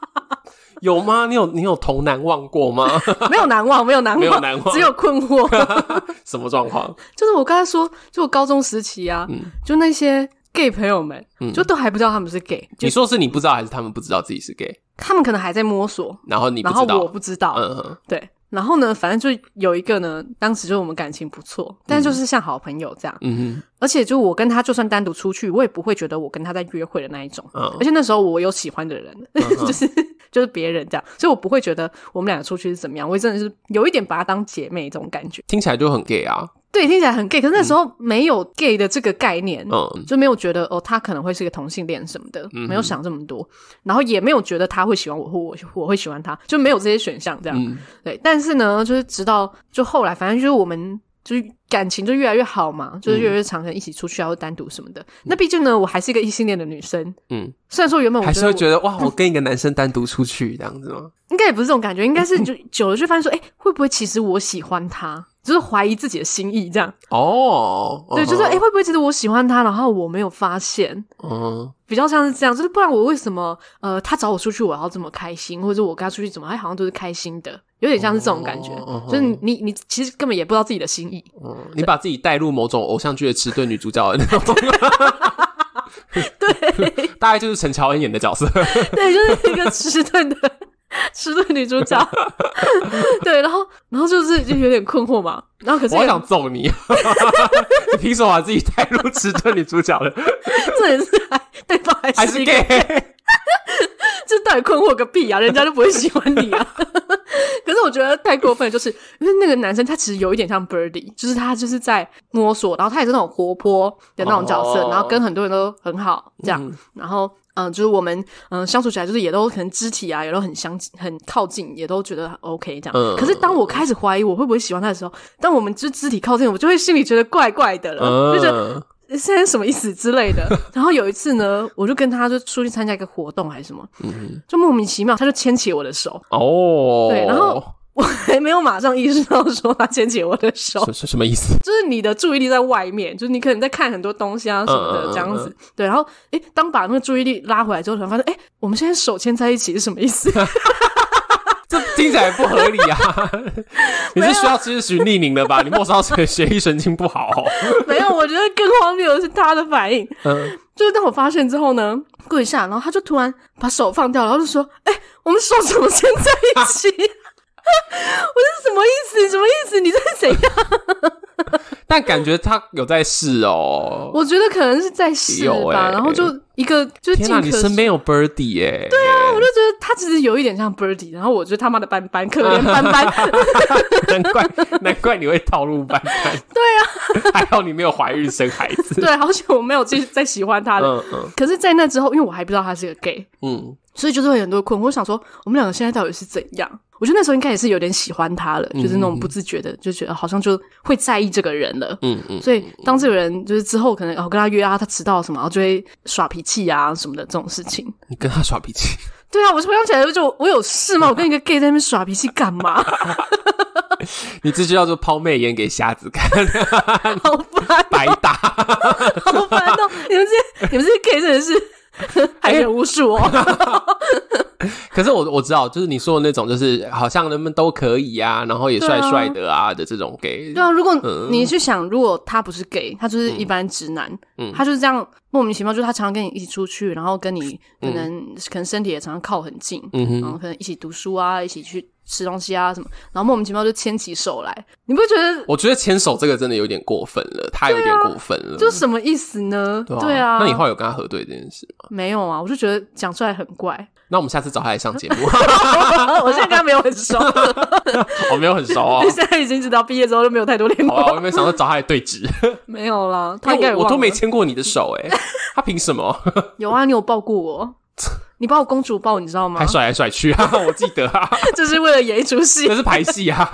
S1: 有吗？你有你有童男忘过吗？
S2: 没有难忘，没有难忘，
S1: 没有难忘
S2: 只有困惑。
S1: 什么状况？
S2: 就是我刚才说，就我高中时期啊，
S1: 嗯
S2: 就那些 gay 朋友们，就都还不知道他们是 gay，就
S1: 你说是你不知道，还是他们不知道自己是 gay？
S2: 他们可能还在摸索，
S1: 然后你不
S2: 然后
S1: 知
S2: 我
S1: 道？
S2: 不知道，
S1: 嗯嗯，
S2: 对。然后呢，反正就有一个呢，当时就我们感情不错，但是就是像好朋友这样，
S1: 嗯
S2: 而且就我跟他就算单独出去，我也不会觉得我跟他在约会的那一种，
S1: 哼嗯
S2: 而且那时候我有喜欢的人， 就是就是别人这样，所以我不会觉得我们两个出去是怎么样，我真的是有一点把她当姐妹这种感觉。
S1: 听起来就很 gay 啊。
S2: 对，听起来很 gay，可是那时候没有 gay 的这个概念，
S1: 嗯，
S2: 就没有觉得哦，他可能会是个同性恋什么的，没有想这么多，然后也没有觉得他会喜欢我或我我会喜欢他，就没有这些选项这样。
S1: 嗯
S2: 对，但是呢，就是直到就后来，反正就是我们就是感情就越来越好嘛，就是越来越常常一起出去啊，或单独什么的。那毕竟呢，我还是一个异性恋的女生，
S1: 嗯，
S2: 虽然说原本我
S1: 还是会觉
S2: 得
S1: 得哇，我跟一个男生单独出去这样 子吗？
S2: 我应该也不是这种感觉，应该是 就久了就发现说，哎、会不会其实我喜欢他？就是怀疑自己的心意，这样
S1: 哦，
S2: 对，就是哎、
S1: 哎，
S2: 会不会其实我喜欢他，然后我没有发现？
S1: 嗯，
S2: 比较像是这样，就是不然我为什么呃，他找我出去我要这么开心，或者我跟他出去怎么，哎，好像都是开心的，有点像是这种感觉，
S1: 哦
S2: 就是你你你其实根本也不知道自己的心意，
S1: 嗯你把自己带入某种偶像剧的迟钝女主角的那种， 对， 大概就是陈乔恩演的角色。
S2: 对，就是一个迟钝的迟钝女主角， 对，然后然后就是就有点困惑嘛，然后可是
S1: 我好想揍你， 你凭什么把自己带入迟钝女主角 的？
S2: 这也是还对方还
S1: 还
S2: 是
S1: 是
S2: 一个
S1: gay？
S2: 这到底困惑个屁啊！人家就不会喜欢你啊。 可是我觉得太过分，就是因为那个男生他其实有一点像 Birdy，就是他就是在摸索，然后他也是那种活泼的那种角色，
S1: 哦
S2: 然后跟很多人都很好这样，然后。嗯，就是我们嗯相处起来，就是也都可能肢体啊，也都很相很靠近，也都觉得 OK 这样。
S1: 嗯
S2: 可是当我开始怀疑我会不会喜欢他的时候，当我们就肢体靠近，我就会心里觉得怪怪的了，就觉得
S1: 嗯，
S2: 现在什么意思 之类的。然后有一次呢，我就跟他就出去参加一个活动还是什么，
S1: 嗯
S2: 就莫名其妙他就牵起我的手，
S1: 哦，
S2: 对然后我还没有马上意识到说他牵起我的手，
S1: 什什什么意思？
S2: 就是你的注意力在外面，就是你可能在看很多东西啊什么
S1: 嗯嗯嗯
S2: 的这样子
S1: 嗯。
S2: 对，然后诶，当把那个注意力拉回来之后，突然发现诶，我们现在手牵在一起是什么意思？
S1: 这听起来不合理啊！你是需要咨询逆龄的吧？你末梢学学艺神经不好哦。
S2: 没有，我觉得更荒谬的是他的反应，
S1: 嗯，
S2: 就是当我发现之后呢，过一下，然后他就突然把手放掉，然后就说：“哎、我们手怎么牵在一起？” 我说什么意思？什么意思？你在怎样？
S1: 但感觉他有在试哦。
S2: 我觉得可能是在试
S1: 有
S2: 吧，
S1: 欸
S2: 然后就一个就是
S1: 天
S2: 尽
S1: 哪，
S2: 可
S1: 你身边有 Birdy 耶、对
S2: 我就觉得他其实有一点像 Birdy，然后我觉得他妈的斑斑可怜斑斑，
S1: 啊，难怪难怪你会套路班班。 对 啊，还好你没有怀孕生孩子。
S2: 对，好像我没有继续再喜欢他了。
S1: 嗯嗯
S2: 可是，在那之后，因为我还不知道他是个 gay，
S1: 嗯，
S2: 所以就是会有很多困惑。我想说，我们两个现在到底是怎样？我觉得那时候应该也是有点喜欢他了，
S1: 嗯
S2: 就是那种不自觉的，就觉得好像就会在意这个人了。
S1: 嗯嗯，
S2: 所以当这个人就是之后可能哦跟他约啊，他迟到什么，然后就会耍脾气啊什么的这种事情。
S1: 你跟他耍脾气，
S2: 对啊，我是回想起来就我有事吗？我跟一个 gay 在那边耍脾气干嘛？
S1: 你这就叫做抛媚眼给瞎子看，
S2: 好烦，
S1: 白打。
S2: 好烦哦！你们这你们这些 K 真的是 害人无数哦。
S1: 可是我我知道，就是你说的那种，就是好像人们都可以啊，然后也帅帅的啊的这种给
S2: 对，啊，如果
S1: 呃
S2: 你去想，如果他不是 gay，他就是一般直男，
S1: 嗯
S2: 他就是这样莫名其妙，就是他常常跟你一起出去，然后跟你可能、可能身体也常常靠很近，
S1: 嗯哼
S2: 然后可能一起读书啊，一起去吃东西啊什么，然后莫名其妙就牵起手来，你不觉得
S1: 我觉得牵手这个真的有点过分了，他有点过分了。
S2: 这什么意思呢？
S1: 对啊，
S2: 啊对啊，
S1: 那你后来有跟他核对这件事吗？
S2: 没有啊？我就觉得讲出来很 怪，
S1: 那我们下次找他来上 节目，
S2: 我现在跟他没有很熟，
S1: 我没有很熟哦。
S2: 现在已经知道毕业之后就没有太多联
S1: 好啊，我
S2: 络，
S1: 没有想到找他来对质，
S2: 没有啦，他
S1: 因
S2: 应该
S1: 为
S2: 也
S1: 我我
S2: 忘
S1: 都没
S2: 了
S1: 牵过你的手 哎、他凭什么？
S2: 有啊，你有抱过 我，你把我公主抱，你知道吗
S1: 还？甩来甩去啊！ 我记得啊，
S2: 就是为了演一出戏
S1: 那，是排戏啊。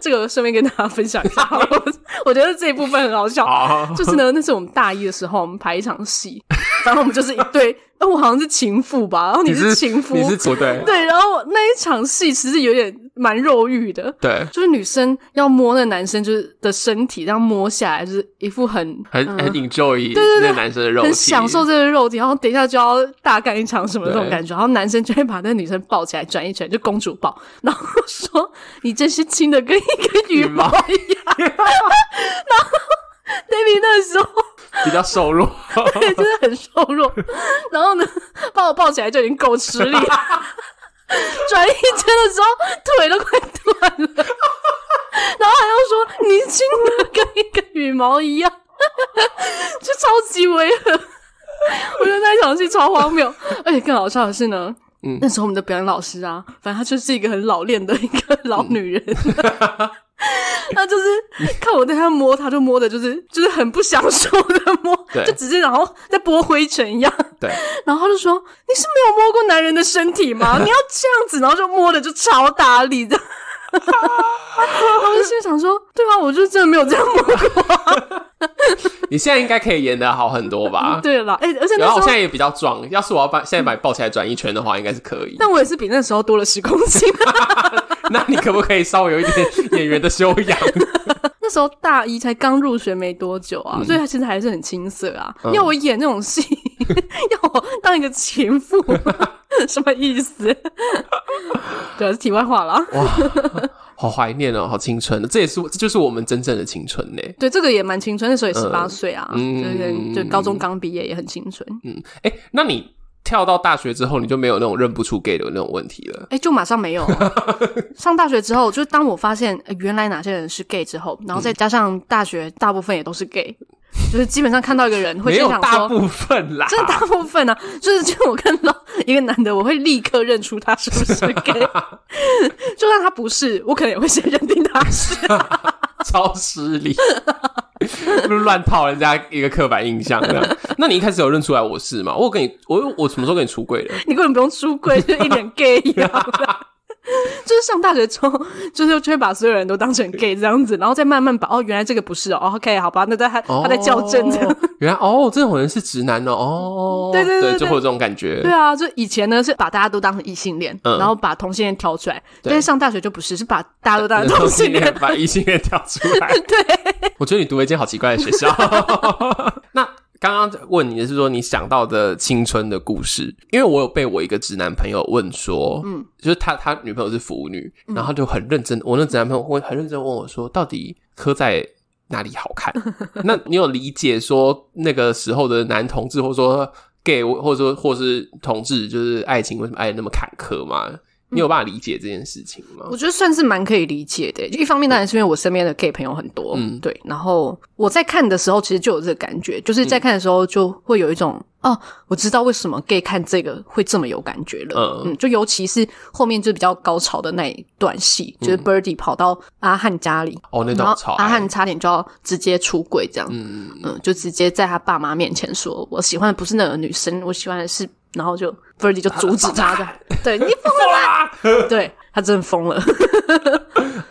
S2: 这个顺便跟大家分享一下， 我我觉得这一部分很好笑。
S1: 好，
S2: 就是呢，那是我们大一的时候，我们排一场 戏，然后我们就是一对，那我好像是情妇吧，然后
S1: 你
S2: 是情夫，
S1: 你是不对，
S2: 对，然后那一场戏其实有点蛮肉欲的，
S1: 对，
S2: 就是女生要摸那男生就是的身体，这样摸下来，就是一副很
S1: 很很 enjoy 那个男生的肉体，
S2: 很享受这个肉体，然后等一下就要大干一场什么这种感觉，然后男生就会把那女生抱起来转一圈，就公主抱，然后说你真是轻的跟一根羽毛一样。然 后 David 那时候
S1: 比较瘦弱。
S2: 对，真的很瘦弱，然后呢，把我抱起来就已经够吃力了。转一圈的时候，腿都快断了，然后还要说你轻的跟一个羽毛一样，就超级违和。我觉得那一场戏超荒谬，而且更好笑的是呢，
S1: 嗯
S2: 那时候我们的表演老师啊，反正她就是一个很老练的一个
S1: 嗯
S2: 老女人， 她就是看我对她摸，她就摸的，就是就是很不享受的摸
S1: 对，
S2: 就直接然后在拨灰尘一样，
S1: 对，
S2: 然后他就说：“你是没有摸过男人的身体 吗？你要这样子，然后就摸的就超大力的。”我就心想说：“对啊，我就真的没有这样摸过。？
S1: 你现在应该可以演的好很多吧
S2: 对了，哎、而且那
S1: 然后
S2: 时
S1: 我
S2: 候
S1: 现，在也比较壮，要是我要把现在把你抱起来转一圈的话，应该是可以。
S2: 但我也是比那时候多了十公斤。
S1: 那你可不可以稍微有一 点演员的修养？
S2: 那时候大一才刚入学没多久啊，所以他其实还是很青涩啊。
S1: 嗯
S2: 要我演那种戏， 要我当一个情妇， 什么意思？ 对啊，是题外话了啊。
S1: 好怀念哦，好青春的，这也是这就是我们真正的青春呢。
S2: 对，这个也蛮青春，那时候也十八岁啊，
S1: 嗯
S2: 对对，就高中刚毕业也很青春。
S1: 哎、那你跳到大学之后，你就没有那种认不出 gay 的那种问题了？
S2: 哎、就马上没有啊、上大学之后，就是当我发现、呃原来哪些人是 gay 之后，然
S1: 嗯
S2: 后再加上大学大部分也都是 gay，、就是基本上看到一个人会
S1: 没
S2: 就
S1: 有
S2: 想
S1: 大
S2: 说，
S1: 部分啦，
S2: 真的大部分呢、啊，就是就我看到一个男的，我会立刻认出他是不是 gay，就算他不是，我可能也会先认定他是。
S1: 超失礼，乱套人家一个刻板印象这样。那你一开始有认出来我是吗？我有跟你，我有我什么时候跟你出柜的？
S2: 你根本不用出柜，就一脸 gay 一样的。就是上大学之后，就是就会把所有人都当成 gay 这样子，然后再慢慢把哦，原来这个不是哦，OK，好吧，那在他、他在校正这样。
S1: 哦，原来哦，这种人是直男哦，哦，
S2: 对对对对
S1: 就会有这种感觉。
S2: 对啊，就以前呢是把大家都当成异性恋，
S1: 嗯
S2: 然后把同性恋挑出来，
S1: 对
S2: 但是上大学就不是，是把大家都当
S1: 然
S2: 成
S1: 后
S2: 同
S1: 今
S2: 性
S1: 天
S2: 恋。
S1: 把异性恋跳出来，对，我觉得你读了一间好奇怪的学校。 那刚刚问你的是说你想到的青春的故事，因为我有被我一个直男朋友问说，嗯，就是他他女朋友是腐女，
S2: 嗯
S1: 然后他就很认真，我那直男朋友会很认真地问我说，到底刻在。哪里好看？那你有理解说那个时候的男同志，或者说 gay，或者说或是同志，就是爱情为什么爱的那么坎坷吗？你有办法理解这件事情吗？
S2: 嗯我觉得算是蛮可以理解的。就一方面当然是因为我身边的 gay 朋友很多，
S1: 嗯
S2: 嗯，对。然后我在看的时候，其实就有这个感觉，就是在看的时候就会有一种、
S1: 嗯
S2: 哦，我知道为什么 gay 看这个会这么有感觉了。
S1: 嗯
S2: 嗯就尤其是后面就比较高潮的那一段戏，就是
S1: 嗯
S2: Birdy 跑到阿汉家里，
S1: 哦，那
S2: 然
S1: 段我超
S2: 后阿
S1: 爱
S2: 汉差点就要直接出轨这样，
S1: 嗯，
S2: 嗯，就直接在他爸妈面前说：“我喜欢的不是那个女生，我喜欢的是……”然后就 b i r d y 就阻止他的， 对你疯了 吧，对他真的疯了，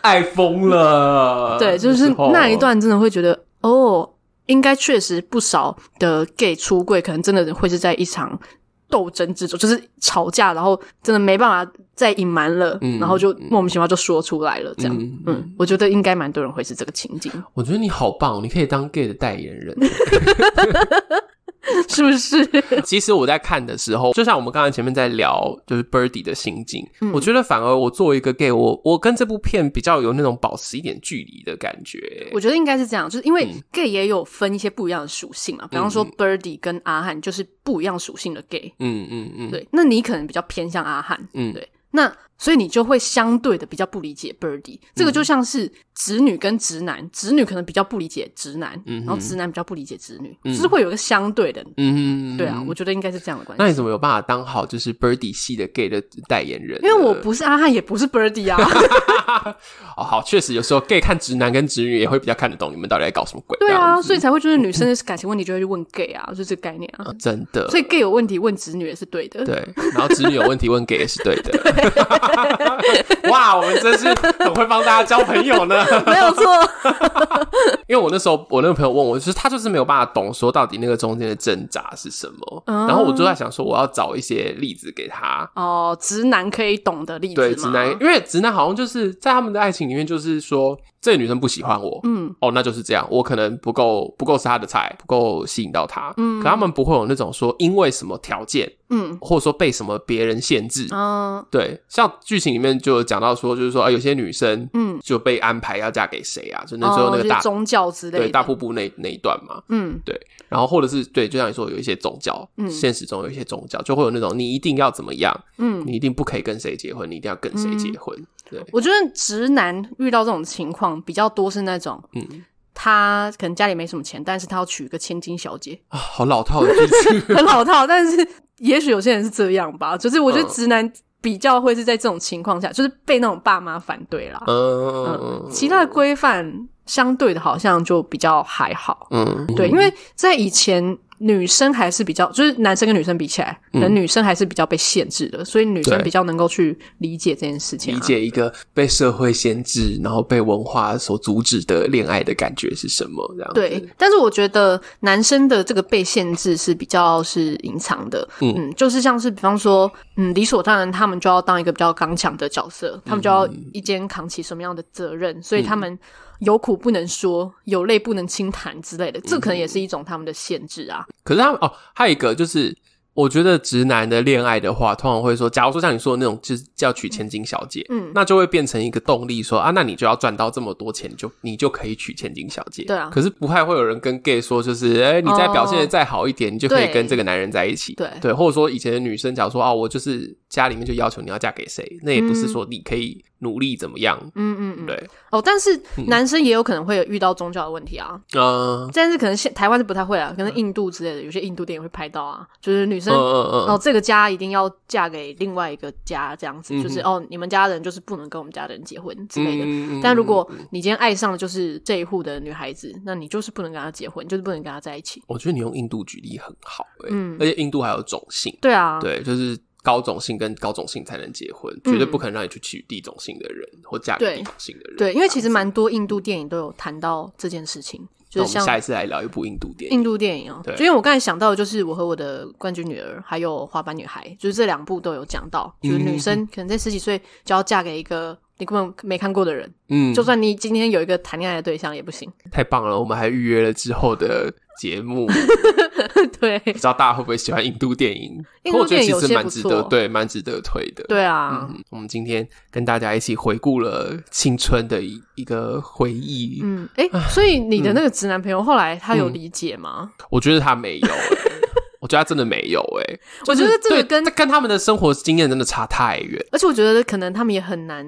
S1: 爱疯了。
S2: 对，就是
S1: 呃时候
S2: 那一，段真的会觉得哦，应该确实不少的 gay 出柜，可能真的会是在一场斗争之中，就是吵架，然后真的没办法再隐瞒了，
S1: 嗯
S2: 然后就莫名其妙就说出来了，这样。
S1: 嗯
S2: 嗯我觉得应该蛮多人会是这个情 景，
S1: 我觉得你好棒哦，你可以当 gay 的代 言人。
S2: 是不是？
S1: 其实我在看的时候，就像我们刚才前面在聊，就是 Birdy 的心境，
S2: 嗯
S1: 我觉得反而我作为一个 gay，我我跟这部片比较有那种保持一点距离的感觉。
S2: 我觉得应该是这样，就是因为
S1: 嗯
S2: gay 也有分一些不一样的属性嘛，比方说
S1: 嗯
S2: Birdy 跟阿汉就是不一样属性的 gay，、
S1: 嗯嗯嗯，，
S2: 对，那你可能比较偏向阿汉，
S1: 嗯
S2: 对，那所以你就会相对的比较不理解 Birdy，这
S1: 嗯
S2: 个就像是直女跟直男，直女可能比较不理解直男，
S1: 嗯哼
S2: 然后直男比较不理解直女，
S1: 嗯
S2: 就是会有一个相对的，
S1: 嗯，
S2: 对啊，我觉得应该是这样的关
S1: 那你
S2: 系。
S1: 怎么有办法当好就是 Birdy 系的 gay 的代言人
S2: 因
S1: 呢？
S2: 为我不是阿汉，也不是 Birdy 啊，
S1: 哦，好，确实有时候 gay 看直男跟直女也会比较看得懂你们到底在搞什么鬼。
S2: 对
S1: 这样
S2: 啊，
S1: 子
S2: 所以才会就是女生的感情问题就会去问 gay 啊，就这个概念啊。
S1: 真的，
S2: 所以 gay 有问题问直女也是对的，
S1: 呃对，然后直女有问题问 gay 也是对的。哇，我们真是很会帮大家交朋友呢。
S2: 没有错。
S1: 因为我那时候我那个朋友问我，就是他就是没有办法懂说到底那个中间的挣扎是什么，
S2: 哦
S1: 然后我就在想说我要找一些例子给他。
S2: 哦，直男可以懂的例子
S1: 对
S2: 嘛
S1: 直男，因为直男好像就是在他们的爱情里面，就是说这个女生不喜欢我，
S2: 嗯，
S1: 哦，那就是这样，我可能不够不够是他的菜，不够吸引到他，嗯，可他们不会有那种说因为什么条件，
S2: 嗯
S1: 或者说被什么别人限制，
S2: 嗯
S1: 对，像剧情里面就有讲到说，就是说啊、有些女生
S2: 嗯，
S1: 就被安排要嫁给谁啊，就那时
S2: 哦
S1: 候
S2: 就
S1: 那个
S2: 是
S1: 大、
S2: 宗教之类
S1: 对
S2: 的，
S1: 大瀑布那那一段嘛，
S2: 嗯
S1: 然后或者是对，就像你说有一些宗教，
S2: 嗯
S1: 现实中有一些宗教就会有那种你一定要怎么样，
S2: 嗯，
S1: 你一定不可以跟谁结婚，你一定要跟谁结婚，对，
S2: 我觉得直男遇到这种情况比较多是那种，
S1: 嗯，
S2: 他可能家里没什么钱，但是他要娶一个千金小姐
S1: 啊，好老套的剧情，
S2: 很老套。但是也许有些人是这样吧，就是我
S1: 嗯
S2: 觉得直男比较会是在这种情况下，就是被那种爸妈反对啦。
S1: 嗯
S2: 嗯，，其他的规范相对的，好像就比较还好。
S1: 嗯，
S2: 对，因为在以前。女生还是比较，就是男生跟女生比起来，可
S1: 嗯
S2: 能女生还是比较被限制的，所以女生
S1: 对
S2: 比较能够去理解这件事情、啊。
S1: 理解一个被社会限制，然后被文化所阻止的恋爱的感觉是什么，这样子
S2: 对，但是我觉得男生的这个被限制是比较是隐藏的，
S1: 嗯
S2: 就是像是比方说，嗯，理所当然，他们就要当一个比较刚强的角
S1: 嗯
S2: 色，他们就要一肩扛起什么样的责任，所以他们有苦不能说，有泪不能轻弹之类的，这可能也
S1: 嗯
S2: 是一种他们的限制啊。
S1: 可是他们哦，还有一个就是，我觉得直男的恋爱的话，通常会说，假如说像你说的那种，就是叫娶千金小姐，
S2: 嗯
S1: 那就会变成一个动力说，啊，那你就要赚到这么多钱，你就你就可以娶千金小姐。
S2: 对啊
S1: 可是不太会有人跟 gay 说，就是哎、你再表现的再好一点，你就可以
S2: 对
S1: 跟这个男人在一起。
S2: 对
S1: 对，或者说以前的女生，假如说啊，我就是家里面就要求你要嫁给谁，那也不是说你可以努力怎么样。
S2: 嗯嗯嗯，
S1: 对，
S2: 哦，但是男生也有可能会有遇到宗教的问题啊，
S1: 嗯
S2: 但是可能现台湾是不太会啊，可能印度之类的，有些印度电影会拍到啊，就是女
S1: 嗯
S2: 生
S1: 嗯
S2: 哦，
S1: 嗯，
S2: 这个家一定要嫁给另外一个家，这样子、
S1: 嗯哼
S2: 就是哦，你们家人就是不能跟我们家的人结婚之类的。
S1: 嗯嗯
S2: 但如果你今天爱上的就是这一户的女孩子，那你就是不能跟她结婚，就是不能跟她在一起。
S1: 我觉得你用印度举例很好、欸，
S2: 嗯
S1: 而且印度还有种姓。
S2: 对啊，
S1: 对，就是高种姓跟高种姓才能结婚，
S2: 嗯
S1: 绝对不可能让你去娶地种姓的人或嫁给
S2: 对
S1: 地种姓的人。
S2: 对因为其
S1: 实
S2: 实蛮多印度电影都有谈到这件事情，就
S1: 我
S2: 是
S1: 们下
S2: 像
S1: 一次来聊一部印度电影。
S2: 印度电影哦、
S1: 对
S2: 就因为我刚才想到，的就是我和我的冠军女儿，还有滑板女孩，就是这两部都有讲到，就是女
S1: 嗯
S2: 生可能在十几岁就要嫁给一个你根本没看过的人，
S1: 嗯，
S2: 就算你今天有一个谈恋爱的对象也不行。
S1: 太棒了，我们还预约了之后的节目，
S2: 对，
S1: 不知道大家会不会喜欢印度电影？
S2: 印
S1: 可
S2: 度
S1: 我觉
S2: 电
S1: 得
S2: 影
S1: 其
S2: 有
S1: 实
S2: 些
S1: 蛮
S2: 不
S1: 值得，
S2: 错，
S1: 对，蛮值得推的。。
S2: 对啊，
S1: 嗯，我们今天跟大家一起回顾了青春的一一个回忆，
S2: 嗯，哎、所以你
S1: 嗯
S2: 的那个直男朋友后来他有理解吗？
S1: 我觉得他没有、欸我觉得他真的没有、欸，
S2: 我觉得这个跟
S1: 对，跟他们的生活经验真的差太远，
S2: 而且我觉得可能他们也很难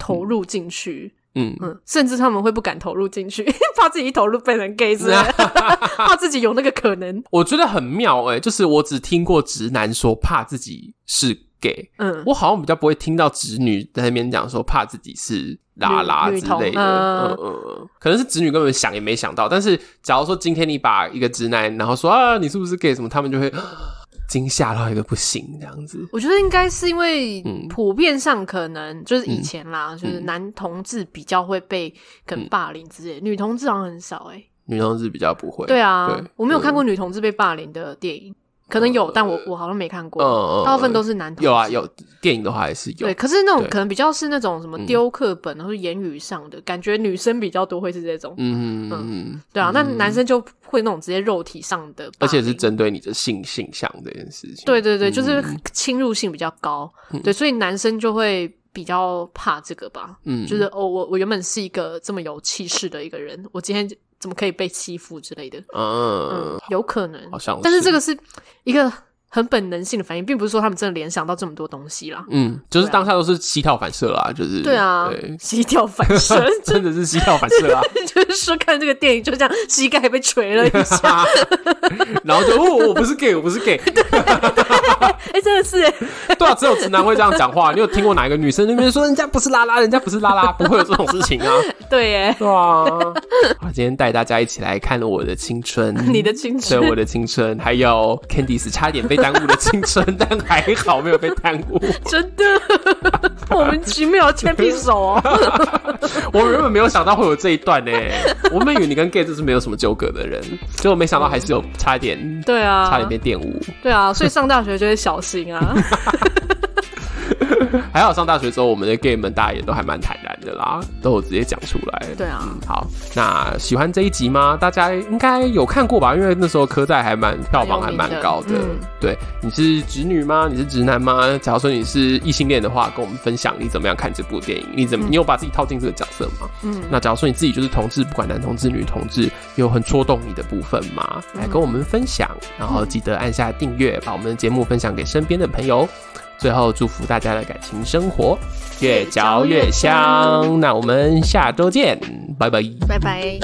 S2: 投入进去，
S1: 嗯，
S2: 嗯甚至他们会不敢投入进去， 怕自己一投入变成 gay 之类的， 怕自己有那个可能。
S1: 我觉得很妙哎、就是我只听过直男说怕自己是 gay，
S2: 嗯，
S1: 我好像比较不会听到直女在那边讲说怕自己是拉拉
S2: 女
S1: 之
S2: 女同
S1: 类的，嗯
S2: 嗯
S1: 嗯嗯，可能是直女根本想也没想到，但是假如说今天你把一个直男，然后说啊你是不是 gay 什么，他们就会 啊惊吓到一个不行这样子，
S2: 我觉得应该是因为
S1: 嗯
S2: 普遍上可能就是以前啦，就是男同志比较会被可
S1: 嗯
S2: 能霸凌之类的，女同志好像很少哎、
S1: 女同志比较不会，
S2: 对啊
S1: 对，呃
S2: 我没有看
S1: 嗯
S2: 过女同志被霸凌的电影。可能有，但我我好像没看过，
S1: 嗯嗯
S2: 大部分都是男同志
S1: 有啊，有电影的话还是有
S2: 对，，可是那种
S1: 对
S2: 可能比较是那种什么
S1: 嗯
S2: 丢课本，然后言语上的感觉，女生比较多会是这种，
S1: 嗯嗯，
S2: 对啊，那
S1: 嗯
S2: 男生就会那种直接肉体上的霸
S1: 而
S2: 凌，
S1: 且是针对你的性性向这件事情，
S2: 对对对，就是
S1: 嗯
S2: 侵入性比较高，
S1: 嗯
S2: 对，所以男生就会比较怕这个吧，
S1: 嗯，
S2: 就是哦，我我原本是一个这么有气势的一个人，我今天怎么可以被欺负之类的？
S1: 嗯
S2: 嗯，，有可能
S1: 好，像，
S2: 但是这个是一个很本能性的反应，并不是说他们真的联想到这么多东西啦。
S1: 嗯，就是
S2: 对啊
S1: 当下都是膝跳反射啦，就是
S2: 对啊
S1: 对，
S2: 膝跳 反射，
S1: 真的是膝跳反射啊，
S2: 就是说看这个电影就这样，膝盖被捶了一 下，
S1: 啊然后就哦，我不是 gay，我不是 gay，
S2: 哎、真的是哎，
S1: 对啊，只有直男会这样讲话。你有听过哪一个女生那边说人家不是拉拉，人家不是拉拉，不会有这种事情啊？
S2: 对耶，
S1: 对啊， 好，今天带大家一起来看我的青春，
S2: 你的青
S1: 对
S2: 春，
S1: 我的青春，还有 Candice 差点被耽误的青春，但还好没有被耽误。
S2: 真的 莫名其妙牵匕首 哦，
S1: 我原本没有想到会有这一段呢、 我们以为你跟 gay 就是没有什么纠葛的人，结果没想到还是有差点，
S2: 对啊，
S1: 差点被玷污。
S2: 对啊，所以上大学就会小心啊，
S1: 还好上大学之后，我们的 gay 们大家也都还蛮坦然的啦，都有直接讲出来。
S2: 对啊
S1: 嗯，好，那喜欢这一集吗？大家应该有看过吧？因为那时候科在还蛮票房还蛮高的。
S2: 蛮有名的嗯
S1: 对，你是直女吗？你是直男吗？假如说你是异性恋的话，跟我们分享你怎么样看这部电影？你怎么、你有把自己套进这个角色吗？嗯，那假如说你自己就是同志，不管男同志、女同志，有很戳动你的部分吗？来跟我们分享，然后记得按下订阅，把我们的节目分享给身边的朋友。最后祝福大家的感情生活越嚼越香。那我们下周见，拜拜。
S2: 拜拜。